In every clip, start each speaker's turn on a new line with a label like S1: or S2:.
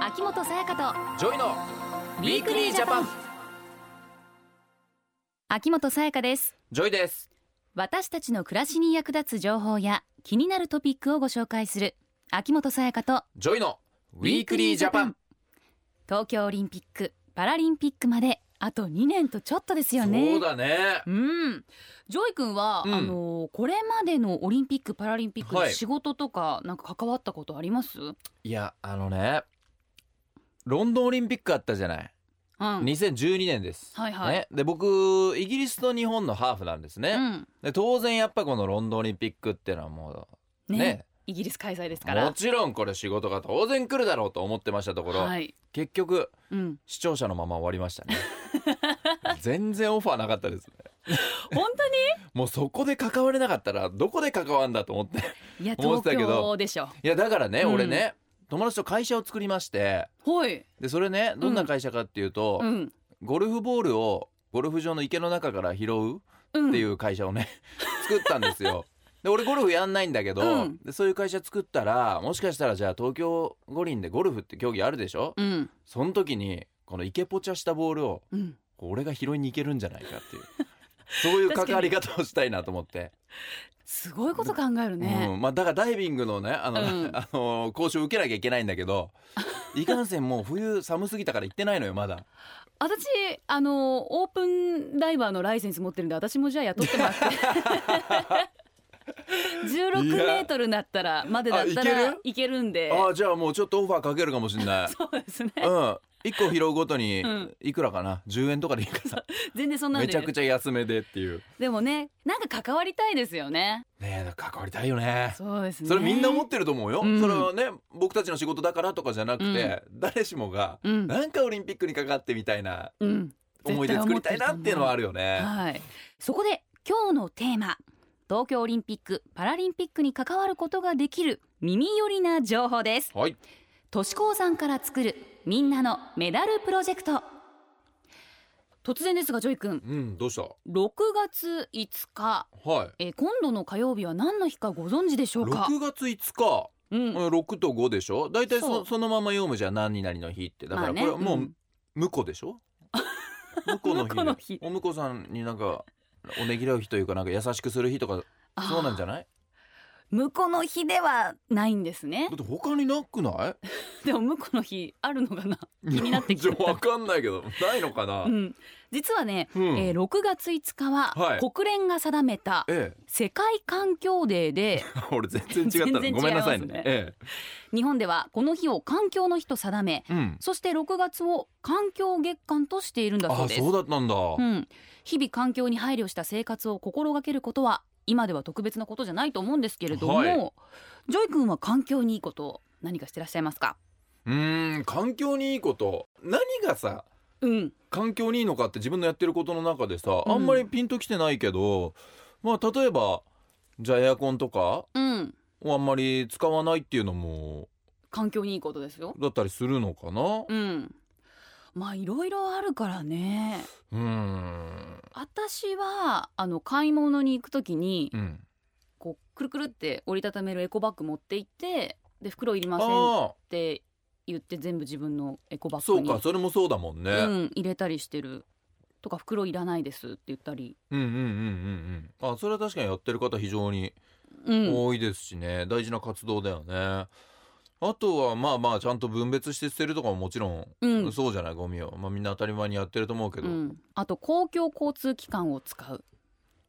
S1: 秋元才加と
S2: ジョイのウィークリージャパン
S1: 秋元才加です
S2: ジョイです
S1: 私たちの暮らしに役立つ情報や気になるトピックをご紹介する秋元才加と
S2: ジョイのウィークリージャパン
S1: 東京オリンピックパラリンピックまであと2年とちょっとですよね
S2: そうだね
S1: うん、ジョイ君は、
S2: うん
S1: あのこれまでのオリンピック・パラリンピック
S2: は
S1: で
S2: い
S1: 仕事とか、なんか関わったことあります？うん、
S2: いやあのねロンドンオリンピックあったじゃない
S1: はい
S2: 2012年です、
S1: はい、
S2: ね、で僕イギリスと日本のハーフなんですね、
S1: うん、
S2: で当然やっぱこのロンドンオリンピックってのはもう
S1: ね
S2: ね
S1: イギリス開催ですか
S2: も
S1: ら、
S2: ちろんこれ仕事が当然来るだろうと思ってましたところ、
S1: はい、
S2: 結局
S1: うん、
S2: 視聴者のまま終わりましたね 全然オファーなかったですね
S1: 本
S2: もうそこで関われなかったらどこで関わんだと思って
S1: 当にいや
S2: 思っ
S1: 東
S2: てたけど
S1: 京でしょ。
S2: いやだからね、
S1: うん
S2: 俺ね友達と会社を作りまして
S1: ほい、
S2: でそれねどんな会社かっていうと、
S1: うん、
S2: ゴルフボールをゴルフ場の池の中から拾
S1: うん、
S2: うっていう会社をね、 作ったんですよ。で俺ゴルフやんないんだけど、
S1: うん
S2: でそういう会社作ったらもしかしたらじゃあ東京五輪でゴルフって競技あるでしょ、
S1: うん、
S2: その時にこの池ポチャしたボールを
S1: うん、
S2: こう俺が拾いに行けるんじゃないかっていうそういう関わり方をしたいなと思って。
S1: すごいこと考える
S2: う
S1: ね。
S2: んまあ、だからダイビングのねあの、
S1: うん
S2: あの講習受けなきゃいけないんだけどいかんせんもう冬寒すぎたから行ってないのよまだ
S1: 私あのオープンダイバーのライセンス持ってるんで、私もじゃあ雇ってもらって。16
S2: いや
S1: メートルなったらまでだった
S2: あいけ
S1: ら
S2: る
S1: いけるんで。
S2: ああじゃあもうちょっとオファーかけるかもしんない
S1: そうですね。
S2: うん一個拾うごとに
S1: うん
S2: いくらかな、10円とかでいいからさ
S1: 全然そんなん
S2: め
S1: で
S2: ちゃくちゃ安めでっていう
S1: でもねなんか関わりたいですよね
S2: ねえ関わりたいよね
S1: そうですね
S2: それみんな思っててると思うよ、
S1: うん
S2: それはね僕たちの仕事だからとかじゃなくて、誰しもが
S1: うん
S2: なんかオリンピックにかかってみたいな
S1: うん
S2: 思い出作りたいなっていうのはあるよね
S1: はいそこで今日のテーマ東京オリンピック・パラリンピックに関わることができる耳寄りな情報です
S2: はい
S1: 都市鉱山から作るみんなのメダルプロジェクト突然ですがジョイ君
S2: うんどうした
S1: 6月5日
S2: はい
S1: えー今度の火曜日は何の日かご存知でしょうか
S2: 6月5日
S1: うん
S2: うん6と5でしょ大体
S1: そ
S2: そうそのまま読むじゃん何々の日ってだからこれはも
S1: まあ
S2: う向こうで しょ向こうの日
S1: 向こうの日
S2: お向こうさんになんかおねぎらう日というかなんか優しくする日とかそうなんじゃ
S1: ない
S2: ない
S1: 向こうの日ではないんですね
S2: だって他になくな
S1: でも向こうの日あるのかな、
S2: い
S1: 気になってきた
S2: い やわかんないけどないのかな
S1: う、ん、実はね、
S2: うん
S1: えー6月5日は
S2: はい
S1: 国連が定めた
S2: ええ
S1: 世界環境デーで
S2: 俺全然違っ
S1: 全
S2: た
S1: 然違いますね
S2: のごめんなさいねえ
S1: 日本ではこの日を環境の日と定め
S2: えうん
S1: そして6月を環境月間としているんだそ
S2: あ
S1: うです
S2: そうだったんだ、
S1: うん、日々環境に配慮した生活を心がけることは今では特別なことじゃないと思うんですけれども、
S2: はい
S1: ジョイ君は環境にいいこと何かしてらっしゃいますか
S2: うーん環境にいいこと何がさ
S1: うん
S2: 環境にいいのかって自分のやってることの中でさ
S1: うん
S2: あんまりピンときてないけど、まあ例えばじゃあエアコンとか
S1: うん
S2: をあんまり使わないっていうのも
S1: 環境にいいことですよ
S2: だったりするのかな
S1: うんまあいろいろあるからね
S2: うーん
S1: 私はあの買い物に行くときに
S2: うん
S1: こうくるくるって折りたためるエコバッグ持って行ってで袋いりませんっ
S2: あ
S1: て言って全部自分のエコバ
S2: あ
S1: ッ
S2: そ
S1: グ
S2: う
S1: に
S2: かそれもそうだもんね、
S1: うん、入れたりしてるとか袋いらないですって言ったり、
S2: うん、うんうんうんうんあそれは確かにやってる方非常に
S1: うん、
S2: 多いですしね、大事な活動だよねあとはまあまあちゃんと分別して捨てるとかももちろん、
S1: うん
S2: そうじゃないゴミを、まあ、みんな当たり前にやってると思うけ
S1: う
S2: ど、
S1: ん、あと公共交通機関を使う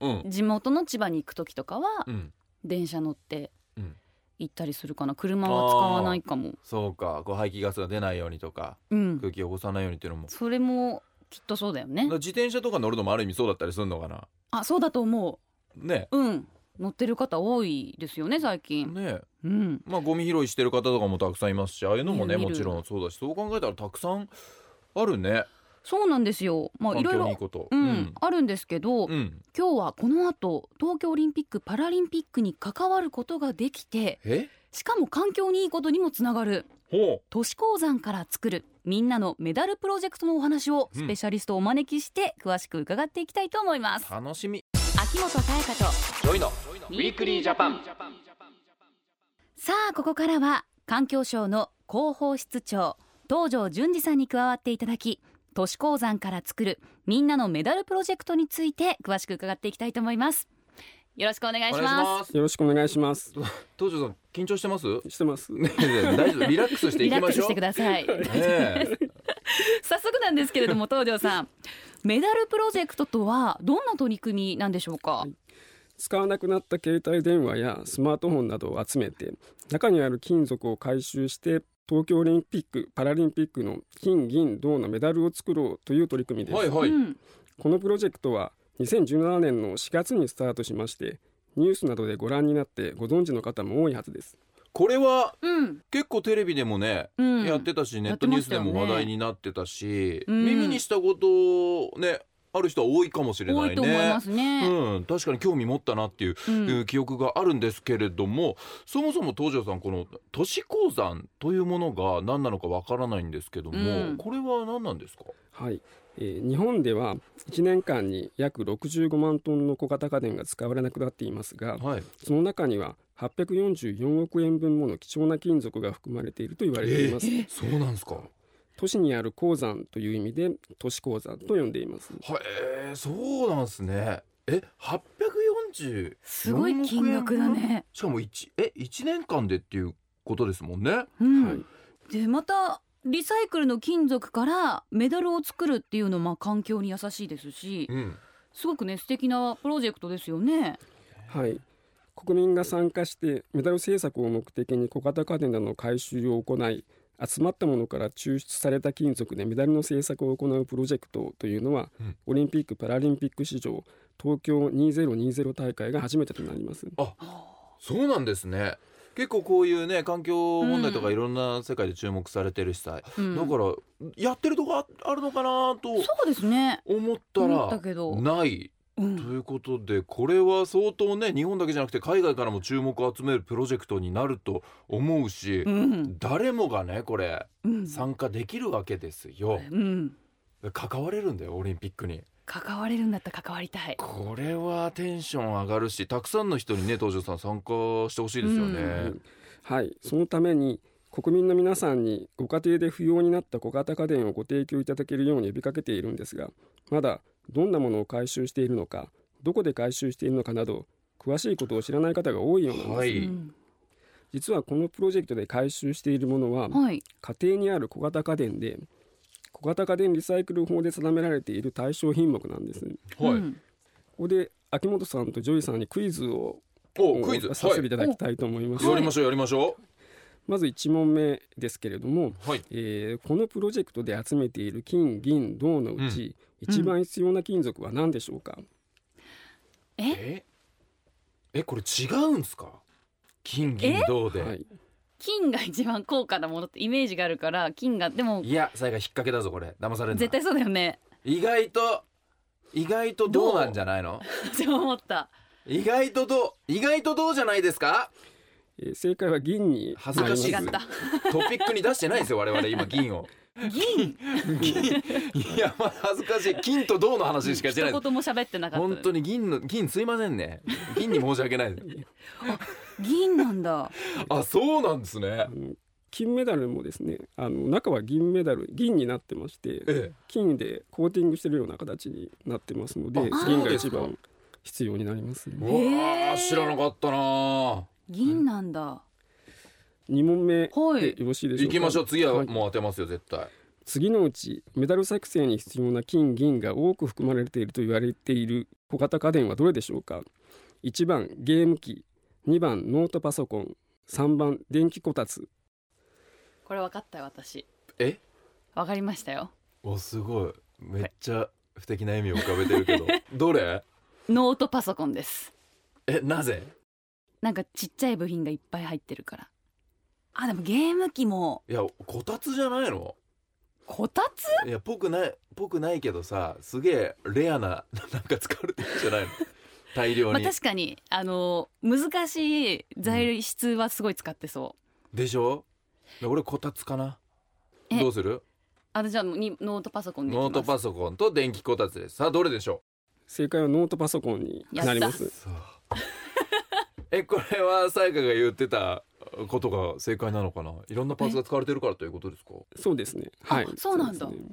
S2: うん
S1: 地元の千葉に行く時とかは
S2: うん、
S1: 電車乗って
S2: うん
S1: 行ったりするかな車は使わないかも、
S2: そうかこう排気ガスが出ないようにとか
S1: うん、
S2: 空気を汚さないようにっていうのもだか
S1: それもきっとそうだよね
S2: ら自転車とか乗るのもある意味そうだったりするのかな
S1: あそうだと思
S2: ね
S1: ううん乗ってる方多いですよね最近
S2: ね
S1: うん
S2: まあゴミ拾いしてる方とかもたくさんいますしああいうのもね
S1: 見る
S2: も
S1: 見
S2: ち
S1: る
S2: ろんそうだしそう考えたらたくさんあるね
S1: そうなんですよまあ
S2: 環
S1: いろい
S2: 境にいい
S1: ろ
S2: こと
S1: うん、あるんですけど、
S2: うん
S1: 今日はこの後東京オリンピック・パラリンピックに関わることができて
S2: え
S1: しかも環境にいいことにもつながる
S2: ほ
S1: 都市鉱山から作るみんなのメダルプロジェクトのお話を
S2: うん
S1: スペシャリストをお招きして詳しく伺っていきたいと思います、
S2: う楽しみ
S1: 秋元彩香と
S2: ジョイの
S1: ウィークリージャパンさあここからは環境省の広報室長東條淳二さんに加わっていただき都市鉱山から作るみんなのメダルプロジェクトについて詳しく伺っていきたいと思いますよろしくお願いします
S2: す
S3: よろしくお願いします。
S2: 東條さん緊張してます
S3: してます。
S2: ねえ大丈夫リラックスして
S1: リ
S2: い
S1: ラ
S2: き
S1: ッ
S2: ま
S1: ク
S2: し
S1: ス
S2: ょ
S1: し
S2: う
S1: てください
S2: ねえ
S1: 早速なんですけれども東條さんメダルプロジェクトとはどんな取り組みなんでしょうか、
S3: 使わなくなった携帯電話やスマートフォンなどを集めて、中にある金属を回収して、東京オリンピック・パラリンピックの金銀銅のメダルを作ろうという取り組みです。
S2: はいはい、
S1: うん
S3: このプロジェクトは2017年の4月にスタートしまして、ニュースなどでご覧になってご存知の方も多いはずです。
S2: これは
S1: うん
S2: 結構テレビでもね、
S1: うん、
S2: やってたしネットニュースでも話題になってたし
S1: うん
S2: 耳にしたことねある人は多いかもしれ
S1: 多
S2: ないい
S1: と思い
S2: ね
S1: ま。すね、
S2: うん、確かに興味持ったなっていう
S1: う
S2: え
S1: ん
S2: ー記憶があるんですけれども、そもそも東條さんこの都市鉱山というものが何なのかわからないんですけども、
S1: うん
S2: これは何なんですか
S3: はい、えー日本では1年間に約65万トンの小型家電が使われなくなっていますが、
S2: はい
S3: その中には844億円分もの貴重な金属が含まれていると言われています、
S2: そうなんですか
S3: 都市にある鉱山という意味で都市鉱山と呼んでいます
S2: はい、えーそうなんですねえ840
S1: すごい金額だね、
S2: しかも一え一年間でっていうことですもんね
S1: うん
S3: はい
S1: でまたリサイクルの金属からメダルを作るっていうのもまあ環境に優しいですし
S2: うん
S1: すごくね素敵なプロジェクトですよね
S3: はい国民が参加してメダル製作を目的に小型家電などの回収を行い集まったものから抽出された金属でメダルの製作を行うプロジェクトというのは、
S2: うん
S3: オリンピック・パラリンピック史上東京2020大会が初めてとなります
S2: そうなんですね結構こういうね環境問題と
S1: う
S2: か
S1: ん
S2: いろんな世界で注目されてるしさ、
S1: うん
S2: だからやってるとこああるのかなと
S1: そうですね
S2: 思った
S1: 思
S2: ら
S1: ったけど、
S2: ない
S1: うん
S2: ということでこれは相当ね日本だけじゃなくて海外からも注目を集めるプロジェクトになると思うし、
S1: うん
S2: 誰もがねこれ
S1: うん
S2: 参加できるわけですよ
S1: うん
S2: 関われるんだよオリンピックに
S1: 関われるんだったら関わりたい
S2: これはテンション上がるしたくさんの人にね東條さん参加してほしいですよね、
S3: うんはい、そのために国民の皆さんにご家庭で不要になった小型家電をご提供いただけるように呼びかけているんですがまだどんなものを回収しているのかどこで回収しているのかなど詳しいことを知らない方が多いようなんです、
S2: は
S1: う
S2: い
S1: ん
S3: 実はこのプロジェクトで回収しているものは
S1: はい
S3: 家庭にある小型家電で小型家電リサイクル法で定められている対象品目なんです
S2: はい、
S1: うん
S3: ここで秋元さんとジョイさんにクイズを
S2: おクイズ、は
S3: させてい
S2: い、
S3: ただきたいと思います、
S2: やりましょうやりましょ
S3: まず1問目ですけれども
S2: うはい
S3: えーこのプロジェクトで集めている金銀銅のうち、一番必要な金属は何でしょうか、
S1: え
S2: ええこれ違うんすか金銀銅で、、
S3: はいい、
S1: 金が一番高価なものってイメージがあるから金がでも
S2: や最後引っ掛けだぞこれ騙される
S1: 絶対そうだよね
S2: 意外と意外とどうなんじゃないの
S1: って思った
S2: 意外とどう意外とどうじゃないですか
S3: えー正解は銀に
S2: 恥ず
S3: な
S2: か
S3: りま
S2: しい
S3: す
S1: 違
S2: で
S1: っ
S2: す
S1: た
S2: トピックに出してないですよ我々今銀を
S1: 銀
S2: 銀いやまあ恥ずかしい金と銅の話 しかしてないで
S1: 一
S2: す
S1: 言も喋ってなかった
S2: 本当に銀の銀すいませんね銀に申し訳ないです
S1: 銀なんだ
S2: あそうなんですね
S3: あの金メダルもですねあの中は銀メダル銀になってまして
S2: え
S3: 金でコーティングしてるような形になってますので
S2: あ
S3: 銀
S2: そう
S3: が
S2: です
S3: 一
S2: か
S3: 番必要になります
S2: えうわ
S1: へ
S2: あ
S1: え
S2: 知らなかったなあ
S1: 銀なんだ
S3: 2問目
S1: は
S3: で
S1: い
S3: よろしいでしょ
S2: 行
S3: うか
S2: きましょう次は
S3: はい
S2: もう当てますよ絶対
S3: 次のうちメダル作成に必要な金銀が多く含まれていると言われている小型家電はどれでしょうか1番ゲーム機2番ノートパソコン3番電気こたつ
S1: これ分かったよ私
S2: え
S1: 分かりましたよ
S2: おすごいめっちゃ不敵な笑みを浮かべてるけど どれ
S1: ノートパソコンです
S2: えなぜ
S1: なんかちっちゃい部品がいっぱい入ってるからあでもゲーム機も
S2: いやこたつじゃないの
S1: こたつ
S2: いやぽくないぽくないけどさすげえレアな なんか使われてるんじゃないの大量
S1: まあ
S2: に、
S1: 確かにあの難しい材質はすごい使ってそう、
S2: でしょ俺こたつかな
S1: え
S2: どうする
S1: あのじゃあにノートパソコンでいきます
S2: ノートパソコンと電気こたつですさあどれでしょ
S3: 正解はノートパソコンになります
S2: うええこれはさやかが言ってたことが正解なのかないろんなパーツが使われてるからということですか
S3: そうですね。はい。
S1: そうなんだ
S3: ですね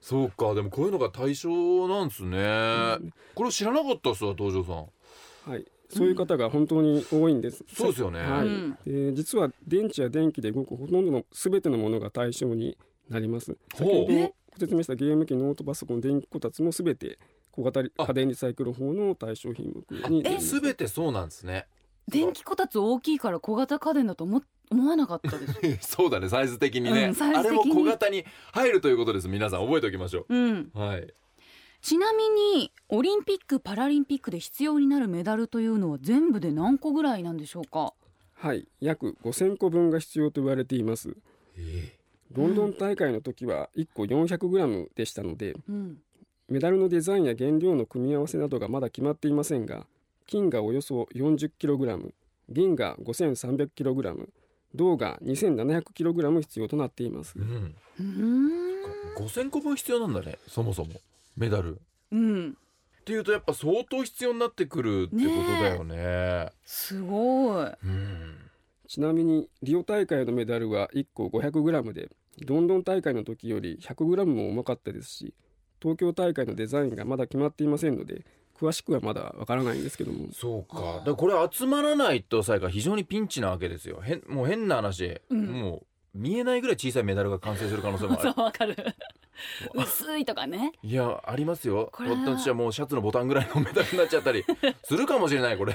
S2: そうかでもこういうのが対象なんですねこれ知らなかったっすわ東條さん
S3: はい。そういう方が本当に多いんです。
S2: そうですよね、
S3: はい
S1: うん
S3: で実は電池や電気で動くほとんどの全てのものが対象になります。
S2: ほう
S3: 先ほど
S1: え
S3: ご説明したゲーム機、ノートパソコン、電気こたつも全て小型
S2: あ
S3: 家電リサイクル法の対象品目になります。
S2: すべてそうなんですね
S1: 電気こたつ大きいから小型家電だと思思わなかったです。
S2: そうだねサイズ的にね、
S1: うんサイズ
S2: あ
S1: 的
S2: れ
S1: に
S2: も小型に入るということです皆さん覚えておきまし ょ
S1: うん。
S2: うはい
S1: ちなみにオリンピックパラリンピックで必要になるメダルというのは全部で何個ぐらいなんでしょうか。
S3: はい。約5000個分が必要と言われています。
S2: え
S3: ロンドン大会の時は1個 400g でしたので、
S1: うん。
S3: メダルのデザインや原料の組み合わせなどがまだ決まっていませんが金がおよそ 40kg 銀が 5300kg 銅が 2700kg 必要となっています
S2: うん、
S1: うーん。
S2: 5000個分必要なんだねそもそもメダルっ
S1: うん。
S2: ていうとやっぱ相当必要になってくるってことだよね
S1: すごい。
S2: うん
S3: ちなみにリオ大会のメダルは1個 500g でロンドン大会の時より 100g も重かったですし東京大会のデザインがまだ決まっていませんので詳しくはまだわからないんですけども
S2: そうか
S1: あー
S2: だからこれ集まらないとさえか非常にピンチなわけですよ変もう変な話、
S1: うん
S2: もう見えないぐらい小さいメダルが完成する可能性も あ
S1: そ
S2: る
S1: うわかる。薄いとかね。
S2: いやありますよ
S1: これは
S2: 私はもうシャツのボタンぐらいのメダルになっちゃったりするかもしれな いこれ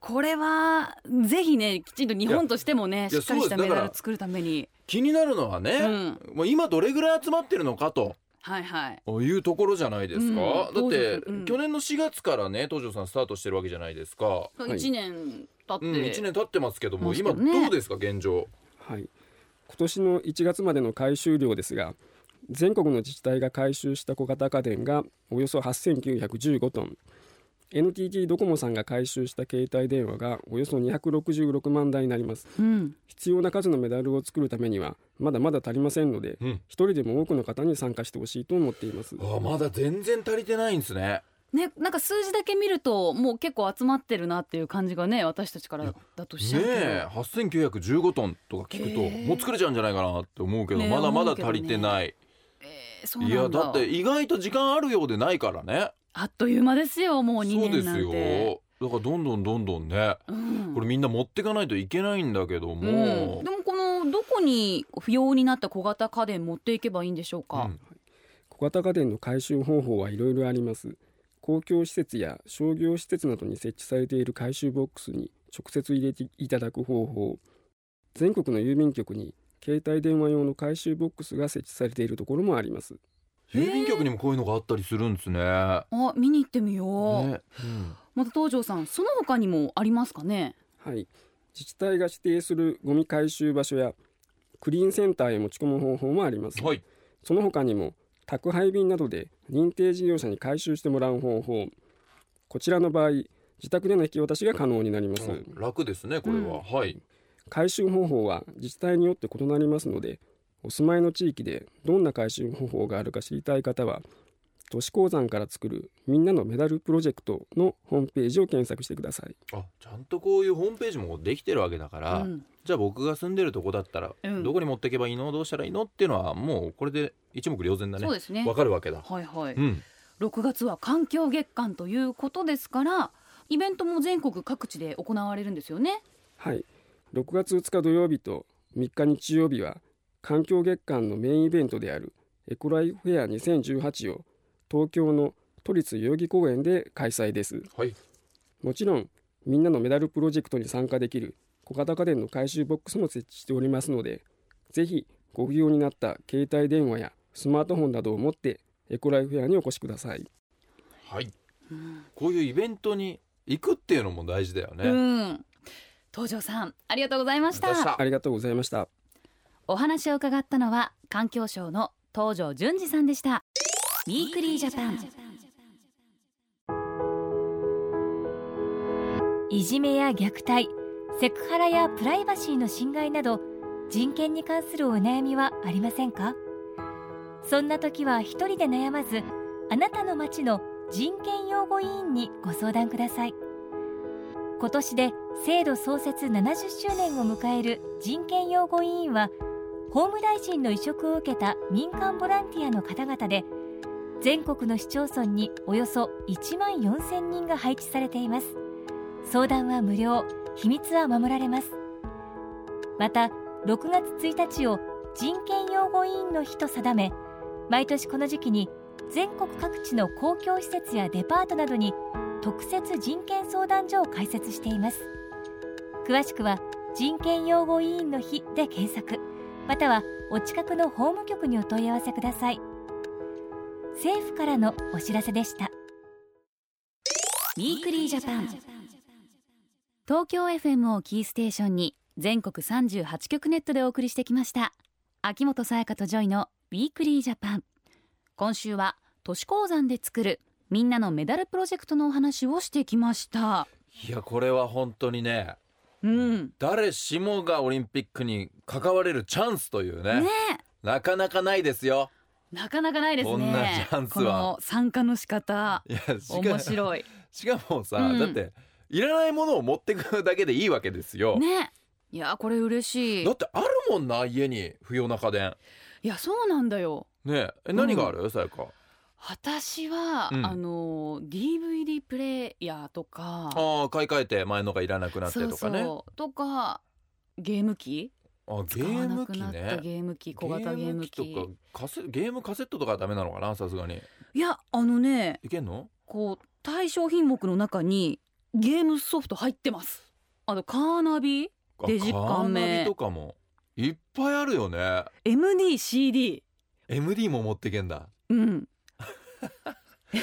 S1: これはぜひねきちんと日本としてもね
S2: いや
S1: しっかりした
S2: そう
S1: メ
S2: ですだから
S1: ダル作るために。
S2: 気になるのはね、
S1: うん。
S2: もう今どれぐらい集まってるのかと
S1: はいはい。
S2: いうところじゃないですか、
S1: うん
S2: だって
S1: 東條、さんうん
S2: 去年の4月からね東條さんスタートしてるわけじゃないですか、
S1: 一、
S3: い
S1: 年経って。
S2: うん、1年経ってますけど
S1: そ
S2: も、
S1: うで
S2: 今
S1: すよね
S2: どうですか現状
S3: はい、今年の1月までの回収量ですが全国の自治体が回収した小型家電がおよそ8915トン NTT ドコモさんが回収した携帯電話がおよそ266万台になります
S1: うん。
S3: 必要な数のメダルを作るためにはまだまだ足りませんので
S2: うん
S3: 一人でも多くの方に参加してほしいと思っています
S2: あまだ全然足りてないんですね
S1: ね、なんか数字だけ見るともう結構集まってるなっていう感じがね私たちからだとしちゃ
S2: ね
S1: うけど、
S2: え8915トンとか聞くと、
S1: えー
S2: もう作れちゃうんじゃないかなって思うけど、
S1: ねえ
S2: まだま
S1: 思
S2: だ
S1: うけど
S2: 足
S1: ね
S2: りてない、
S1: えーそうなん
S2: い
S1: だ
S2: やだって意外と時間あるようでないからね
S1: あっという間ですよもう2
S2: そう
S1: 年
S2: です
S1: なんて
S2: よだからどんどんどんどんね
S1: うん
S2: これみんな持ってかないといけないんだけども、
S1: うん、でもこのどこに不要になった小型家電持っていけばいいんでしょうか、
S2: うん
S3: 小型家電の回収方法はいろいろあります公共施設や商業施設などに設置されている回収ボックスに直接入れていただく方法全国の郵便局に携帯電話用の回収ボックスが設置されているところもあります
S2: 郵便局にもこういうのがあったりするんですね。
S1: あ見に行ってみよう、
S2: ねうん
S1: また東條さんその他にもありますかね
S3: はい自治体が指定するゴミ回収場所やクリーンセンターへ持ち込む方法もあります、
S2: はい、
S3: その他にも宅配便などで認定事業者に回収してもらう方法こちらの場合自宅での引き渡しが可能になります、
S2: うん楽ですねこれは、はい
S3: 回収方法は自治体によって異なりますのでお住まいの地域でどんな回収方法があるか知りたい方は都市鉱山から作るみんなのメダルプロジェクトのホームページを検索してください
S2: あちゃんとこういうホームページもできてるわけだから、
S1: うん
S2: じゃあ僕が住んでるとこだったら、
S1: うん
S2: どこに持ってけばいいのどうしたらいいのっていうのはもうこれで一目瞭然だね
S1: そうですね
S2: わかるわけだ、
S1: はいはい、
S2: うん、
S1: 6月は環境月間ということですからイベントも全国各地で行われるんですよね
S3: はい6月2日土曜日と3日日曜日は環境月間のメインイベントであるエコライフフェア2018を東京の都立代々木公園で開催です
S2: はい
S3: もちろんみんなのメダルプロジェクトに参加できる小型家電の回収ボックスも設置しておりますのでぜひご不要になった携帯電話やスマートフォンなどを持ってエコライフフェアにお越しください
S2: はい、こういうイベントに行くっていうのも大事だよね、
S1: うん東條さんありがとうございました
S2: どうした
S3: ありがとうございました
S1: お話を伺ったのは環境省の東條淳二さんでしたウィークリージャパン
S4: いじめや虐待セクハラやプライバシーの侵害など人権に関するお悩みはありませんかそんな時は一人で悩まずあなたの町の人権擁護委員にご相談ください今年で制度創設70周年を迎える人権擁護委員は法務大臣の委嘱を受けた民間ボランティアの方々で全国の市町村におよそ1万4000人が配置されています相談は無料秘密は守られますまた6月1日を人権擁護委員の日と定め毎年この時期に全国各地の公共施設やデパートなどに特設人権相談所を開設しています詳しくは人権擁護委員の日で検索またはお近くの法務局にお問い合わせください政府からのお知らせでした
S1: ウィークリージャパン東京 FM をキーステーションに全国38局ネットでお送りしてきました秋元才加とジョイのウィークリージャパン今週は都市鉱山で作るみんなのメダルプロジェクトのお話をしてきました
S2: いやこれは本当にね
S1: うん
S2: 誰しもがオリンピックに関われるチャンスというね
S1: ね
S2: なかなかないですよ
S1: なかなかないですね
S2: こんなチャンス
S1: こ
S2: は
S1: の参加の仕方
S2: いやし
S1: 面
S2: か
S1: 白 い
S2: しかもさ、
S1: うん
S2: だっていらないものを持ってくだけでいいわけですよ、
S1: ねいやこれ嬉しい
S2: だってあるもんな家に不要な家電
S1: いやそうなんだよ
S2: ねええ何があるさやか
S1: 私は、
S2: うん
S1: あの DVD プレイヤーとか
S2: ああ買い替えて前のがいらなくなってとかね
S1: うとかゲーム機
S2: あゲ
S1: 使わ
S2: ー
S1: な
S2: ム
S1: く
S2: 機
S1: なった
S2: ね
S1: ゲーム機小型ゲーム機
S2: ゲームとかカセゲームカセットとかはダメなのかなさすがに
S1: いやあのね
S2: いけんの
S1: こう対象品目の中にゲームソフト入ってますあのカーナビ
S2: あ
S1: デジカメ
S2: カーナビとかもいっぱいあるよね
S1: MDCD
S2: MD も持ってけんだ
S1: うん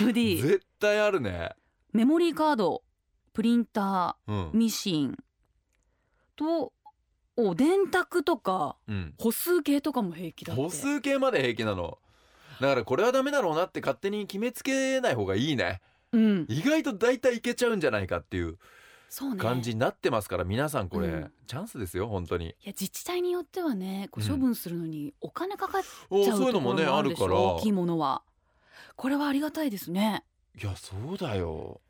S1: MD
S2: 絶対あるね
S1: メモリーカードプリンタ
S2: う
S1: ー
S2: ん
S1: ミシンとお電卓とか
S2: うん
S1: 歩数計とかも平気だって
S2: 歩数計まで平気なのだからこれはダメだろうなって勝手に決めつけない方がいいね
S1: うん
S2: 意外と大体いけちゃうんじゃないかっていう
S1: そうね
S2: 感じになってますから皆さんこれ、
S1: うん
S2: チャンスですよ本当に
S1: いや自治体によってはねこう
S2: うん
S1: 処分するのにお金かかっち
S2: お
S1: ゃう
S2: そういう
S1: と
S2: の
S1: こ
S2: もね
S1: ろもあ
S2: あ
S1: るで
S2: る
S1: しょ、
S2: から
S1: 大きいものはこれはありがたいですね
S2: いやそうだよ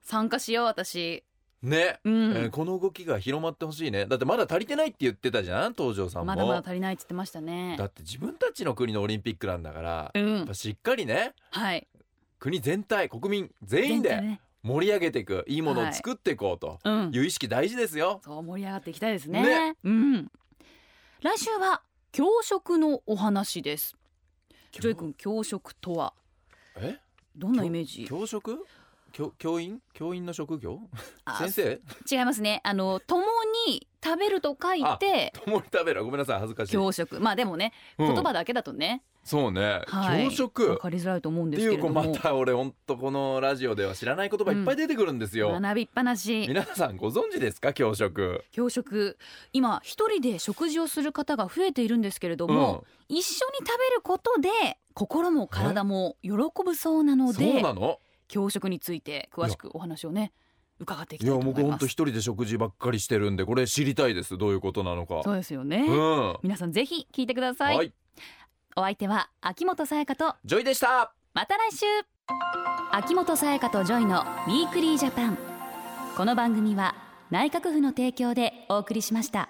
S1: 参加しよう私
S2: ね、
S1: うん、
S2: えーこの動きが広まってほしいねだってまだ足りてないって言ってたじゃん東條さんも
S1: まだまだ足りないって言ってましたね
S2: だって自分たちの国のオリンピックなんだから、
S1: う
S2: やっ
S1: ん
S2: ぱしっかりね
S1: はい
S2: 国全体国民全員
S1: 全体
S2: で
S1: ね
S2: 盛り上げていくいいものを作っていこうと
S1: うん
S2: いう意識大事ですよ、
S1: そう盛り上がっていきたいですね
S2: ね
S1: うん来週は教食のお話ですジョイ君教食とは
S2: え
S1: どんなイメージ
S2: 教職教教員教員の職業
S1: あ
S2: 先生
S1: 違いますねあの共に食べると書いて
S2: 共に食べるごめんなさい恥ずかしい、
S1: 教食まあでもね
S2: うん
S1: 言葉だけだとね、
S2: そうね、
S1: はい
S2: 教職
S1: わかりづらいと思うん
S2: っ
S1: で
S2: て
S1: す
S2: い
S1: け
S2: う
S1: れ
S2: こ
S1: ど
S2: う
S1: も
S2: また俺ほんとこのラジオでは知らない言葉いっぱい出てくるんですよ、
S1: 学びっぱなし
S2: 皆さんご存知ですか教職
S1: 教食今一人で食事をする方が増えているんですけれども、一緒に食べることで心も体も喜ぶそうな
S2: う
S1: の
S2: ん、そう
S1: で
S2: なの
S1: 教食について詳しくお話をね伺っていき
S2: い
S1: たい
S2: や
S1: と思
S2: 僕
S1: い
S2: ほん
S1: ま
S2: と
S1: す
S2: 一人で食事ばっかりしてるんでこれ知りたいですどういうことなのか
S1: そうですよね、
S2: うん
S1: 皆さんぜひ聞いてください、
S2: はい
S1: お相手は秋元才加と
S2: ジョイでした
S1: また来週秋元才加とジョイのウィークリージャパンこの番組は内閣府の提供でお送りしました